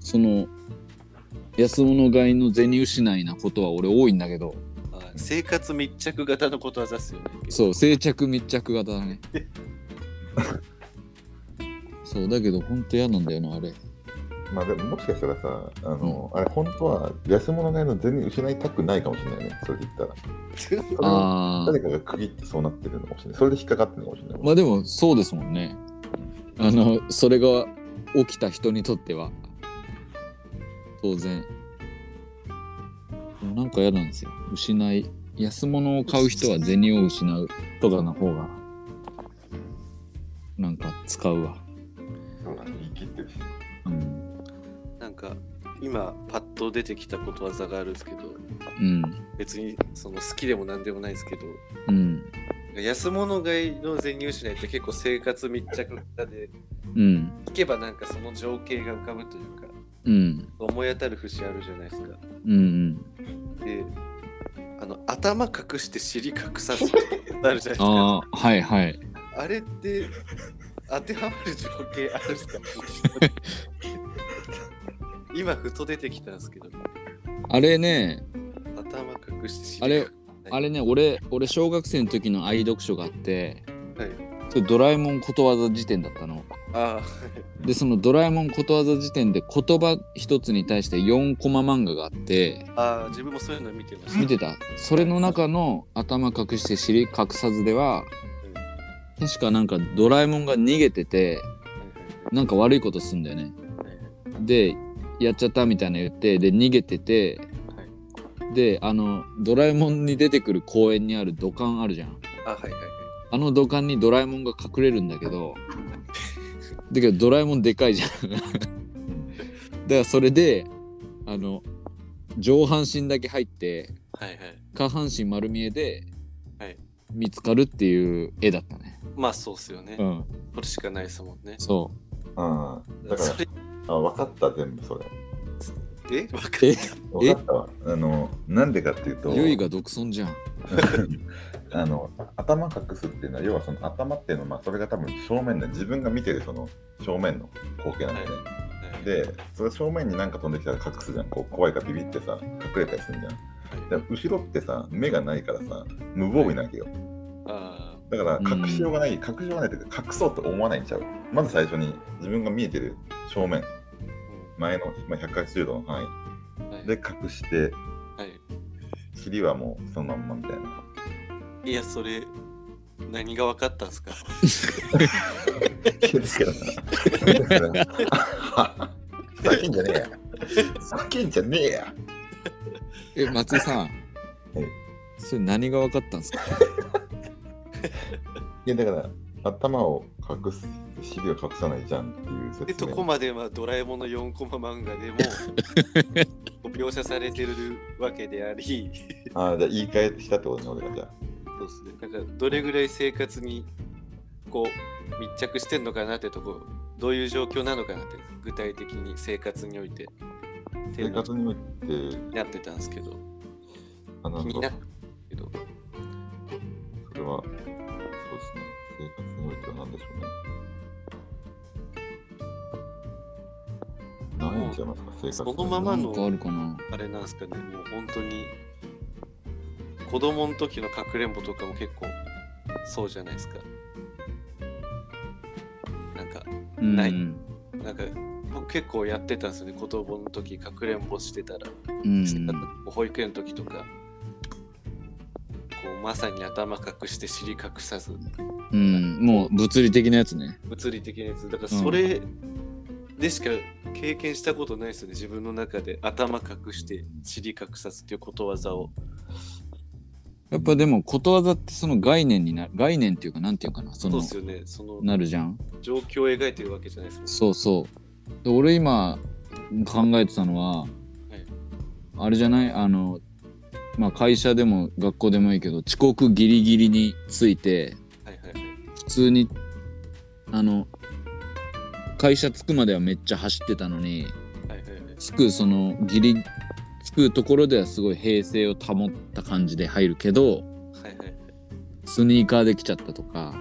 Speaker 1: その安物買いの銭失いなことは俺多いんだけど
Speaker 2: はい生活密着型のことわざですよね。
Speaker 1: そう生着密着型だねそうだけどほんと嫌なんだよなあれ
Speaker 3: まあでも、もしかしたらさ、あの、あれ、本当は安物買いの全然失いたくないかもしれないよね、それで言ったら。それを
Speaker 1: あ
Speaker 3: 誰かが区切ってそうなってるのかもしれない。それで引っかかってるのかもしれない。
Speaker 1: あまあでもそうですもんねあのそれが起きた人にとっては当然でもなんか嫌なんですよ失い安物を買う人は銭を失うとかの方がなんか使うわ、
Speaker 3: そうだね、言い切ってるし。
Speaker 1: うん
Speaker 2: なんか、今、パッと出てきたことわざがあるんですけど、
Speaker 1: うん
Speaker 2: 別にその好きでもなんでもないですけど、
Speaker 1: うん
Speaker 2: 安物買いの全入しないって結構生活密着型で、
Speaker 1: うん
Speaker 2: 聞けばなんかその情景が浮かぶというか、
Speaker 1: うん
Speaker 2: 思い当たる節あるじゃないですか。
Speaker 1: うん
Speaker 2: であの頭隠して尻隠さ ずってなるじゃないですか
Speaker 1: ああはいはい
Speaker 2: あれって当てはまる情景あるんで すか今ふと出てきたんですけど
Speaker 1: あれね
Speaker 2: 頭隠して尻
Speaker 1: あれあれね俺俺小学生の時の愛読書があって
Speaker 2: はい
Speaker 1: それドラえもんことわざ辞典だったの
Speaker 2: あ
Speaker 1: でその「ドラえもんことわざ」時点で言葉一つに対して4コマ漫画があって
Speaker 2: ーあー自分もそういうの見てました
Speaker 1: 見てたそれの中の「頭隠して尻隠さず」では確かなんかドラえもんが逃げててなんか悪いことすんだよね
Speaker 2: はいはい
Speaker 1: でやっちゃったみたいなの言ってで逃げてて
Speaker 2: はい
Speaker 1: であのドラえもんに出てくる公園にある土管あるじゃん
Speaker 2: あはいはいはい
Speaker 1: あの土管にドラえもんが隠れるんだけど、だけどドラえもんでかいじゃん。 だからそれで、あの、上半身だけ入って、
Speaker 2: はいはい。
Speaker 1: 下半身丸見えで
Speaker 2: はい
Speaker 1: 見つかるっていう絵だったね。
Speaker 2: まあそうっすよね。
Speaker 1: うん、
Speaker 2: これしかないですもんね。
Speaker 1: そ
Speaker 3: ああ、だから
Speaker 2: それ、
Speaker 3: あ、分かった、全部それ。
Speaker 2: えわか
Speaker 1: え
Speaker 3: 分かったわ。あの、なんでかっていうと
Speaker 1: う。、ゆいが独尊じゃん。
Speaker 3: あの、頭隠すっていうのは、要はその頭っていうのは、まあ、それが多分正面の、自分が見てるその正面の光景なんでね。
Speaker 2: はい
Speaker 3: で、それ正面になんか飛んできたら隠すじゃん。こう怖いからビビってさ、隠れたりするじゃん。でも後ろってさ、目がないからさ、無防備なわけよ。
Speaker 2: あ
Speaker 3: だから隠しようがない、隠しようがないっていうか隠そうと思わないんちゃう。まず最初に自分が見えてる正面、
Speaker 2: ー
Speaker 3: 前の、まあ、180度の範囲
Speaker 2: うんはい
Speaker 3: で隠して、
Speaker 2: はい
Speaker 3: 尻はもうそのまんまみたいな。
Speaker 2: いや、それ、何が分かったんすか
Speaker 3: 叫んじゃねえや。叫んじゃねえや。
Speaker 1: え、松井さん
Speaker 3: い。
Speaker 1: それ何が分かったんですか
Speaker 3: いやだから頭を隠す、尻を隠さないじゃんっていう説明。
Speaker 2: で、どこまではドラえもんの4コマ漫画で もこう描写されてるわけであり、
Speaker 3: ああ、じゃあ言い換えしたってことね、俺がじゃあ。
Speaker 2: そうっすね。なんか、どれぐらい生活に、こう、密着してんのかなってとこ、どういう状況なのかなって、具体的に生活において、っていう
Speaker 3: 生
Speaker 2: の
Speaker 3: 活において、
Speaker 2: になってたんですけど、
Speaker 3: あな
Speaker 2: 気
Speaker 3: ん
Speaker 2: に
Speaker 3: か
Speaker 2: なったけど、
Speaker 3: それは、そうですね。生活においては何でしょうね。何にちゃいますか、生活
Speaker 2: そのまま
Speaker 1: な
Speaker 2: の
Speaker 1: んかあるかな
Speaker 2: あれなんですかね、もう本当に、子供の時のかくれんぼとかも結構、そうじゃないですか。なんか、
Speaker 1: うん
Speaker 2: ない
Speaker 1: うん。
Speaker 2: なんか、僕結構やってたんですよね、子供の時、かくれんぼしてたら。
Speaker 1: うん
Speaker 2: 保育園の時とかこうまさに頭隠して尻隠さず
Speaker 1: うん。もう物理的なやつね。
Speaker 2: 物理的なやつだからそれでしか経験したことないですよね、自分の中で頭隠して尻隠さずっていうことわざを
Speaker 1: やっぱでもことわざってその概念にな概念っていうかなんていうかなそ
Speaker 2: そう
Speaker 1: の
Speaker 2: ですよねその
Speaker 1: なるじゃん
Speaker 2: 状況を描いてるわけじゃないです
Speaker 1: そうそうで俺今考えてたのは、あれじゃないあのまあ会社でも学校でもいいけど遅刻ギリギリについて
Speaker 2: もんはいはいはい
Speaker 1: 普通にあの会社着くまではめっちゃ走ってたのに
Speaker 2: はいはいはい
Speaker 1: 着くそのギリ着くところではすごい平静を保った感じで入るけど
Speaker 2: はいはい
Speaker 1: スニーカーで来ちゃったとか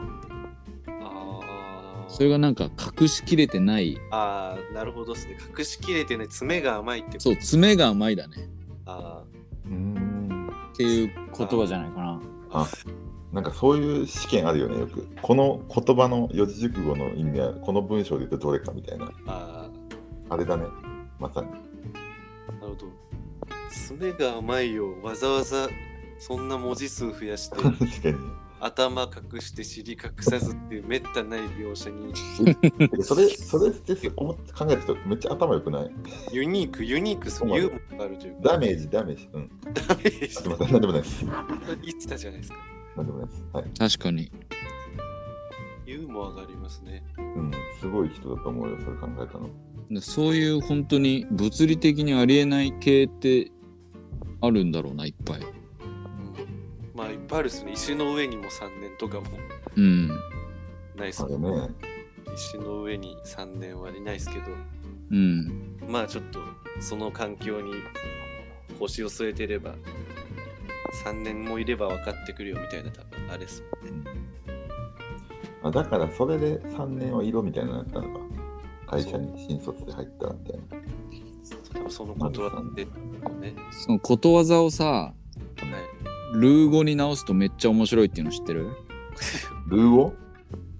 Speaker 2: あー
Speaker 1: それがなんか隠しきれてない
Speaker 2: あーなるほどですね隠しきれてね爪が甘いってこと
Speaker 1: そう爪が甘いだね
Speaker 2: あ
Speaker 3: うーん。
Speaker 1: っていう言葉じゃないかな
Speaker 3: なんかそういう試験あるよね、よく。この言葉の四字熟語の意味は、この文章で言うとどれかみたいな。
Speaker 2: ーあー
Speaker 3: あれだね、まさに。
Speaker 2: なるほど。爪が甘いよ。わざわざそんな文字数増やして、
Speaker 3: 確か
Speaker 2: 頭隠して尻隠さずっていうめったない描写に、
Speaker 3: に。それ、それって思って考えるとめっちゃ頭良くない
Speaker 2: ユニーク、ユニークするユーモアがあるというか、
Speaker 3: ダメージ、ダメージ。うん。
Speaker 2: ダメージ
Speaker 3: すみません、なんでもないです。な
Speaker 2: 言ってたじゃないですか。
Speaker 3: んでもないです。はい。
Speaker 1: 確かに
Speaker 2: ユーモアがありますね。
Speaker 3: うん、すごい人だと思うよ、それ考えたの。
Speaker 1: でそういう本当に物理的にありえない系ってあるんだろうないっぱい
Speaker 2: まあ、いっぱいあるですね。石の上にも3年とかも
Speaker 1: うん
Speaker 2: ないです
Speaker 3: そ
Speaker 2: もん
Speaker 3: れね。
Speaker 2: 石の上に3年はいないですけど、
Speaker 1: うん
Speaker 2: まあちょっとその環境に腰を据えてれば3年もいれば分かってくるよみたいな多分あれですもんね。
Speaker 3: あだから、それで3年は色みたいなのやったのか。会社に新卒で入ったらみたいな。
Speaker 2: 多分そのことはでね。
Speaker 1: そのことわざをさ
Speaker 2: はい。
Speaker 1: ルー語に直すとめっちゃ面白いっていうの知ってる
Speaker 3: ルー語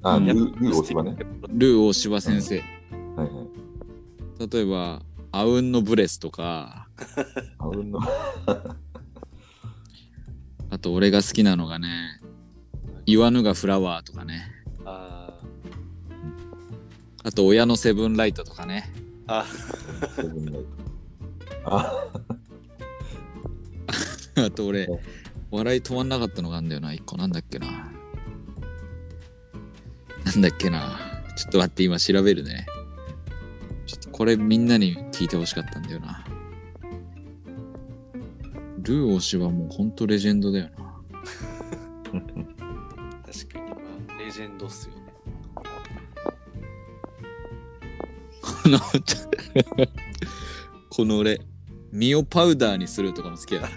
Speaker 3: あ、
Speaker 1: うん
Speaker 3: ルー、ルー大島ね。
Speaker 1: ルー大柴先生、
Speaker 3: はいはい。
Speaker 1: 例えば「あうんのブレス」とか
Speaker 3: あうんの。
Speaker 1: あと俺が好きなのがね「言わぬがフラワー」とかね
Speaker 2: あー
Speaker 1: あと「親のセブンライト」とかね
Speaker 2: あ、
Speaker 3: セブンライトあ、
Speaker 1: あと俺、笑い止まんなかったのがあんだよな、一個なんだっけな。なんだっけな。ちょっと待って、今調べるね。ちょっとこれみんなに聞いてほしかったんだよな。ルー推しはもうほんとレジェンドだよな。
Speaker 2: 確かに、まあ、レジェンドっすよね。
Speaker 1: あのちょ この俺、身をパウダーにするとかも好きやな。こ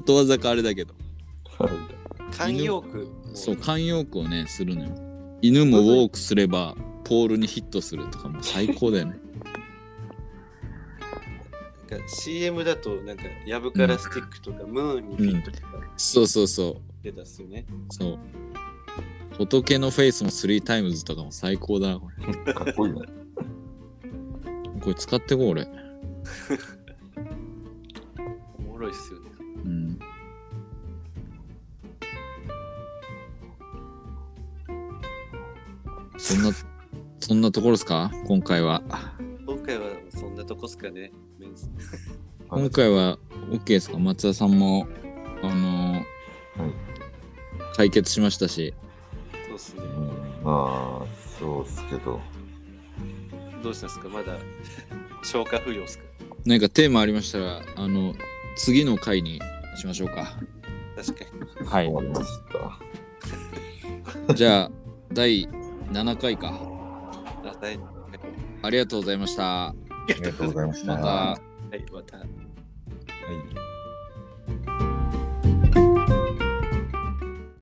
Speaker 1: ことわざかあれだけど。
Speaker 2: 慣用句。
Speaker 1: そう、慣用句をね、するのよ。犬もウォークすれば、ポールにヒットするとかもう最高だよね。
Speaker 2: なんか CM だと、なんか、ヤブからスティックとか、ムーンにフィットとか
Speaker 1: そうそうそう。
Speaker 2: 出たっすよね。
Speaker 1: そう。仏のフェイスも3タイムズとかも最高だな、こ
Speaker 3: かっこいいね。
Speaker 1: れ。これ使ってこう、俺。
Speaker 2: おもろいっすよね。
Speaker 1: うん。そんな、そんなところですか今回は。
Speaker 2: 今回はそんなとこっすかね。メンズ
Speaker 3: はい
Speaker 1: 今回は OK ですか松田さんも、あのー
Speaker 3: はい
Speaker 1: 解決しましたし。
Speaker 2: そうっすね。
Speaker 3: うんまあ、そうっすけど。
Speaker 2: どうしたんすかまだ消化不良っすか
Speaker 1: 何かテーマありましたら、あの、次の回にしましょうか。
Speaker 2: 確かに。
Speaker 1: は
Speaker 3: 終わりました。
Speaker 1: じゃあ、第7回か。
Speaker 2: あ、はい。
Speaker 1: ありがとうございました。
Speaker 3: ありがとうございました。
Speaker 1: ま
Speaker 3: は
Speaker 1: た。
Speaker 2: はい、また。
Speaker 3: い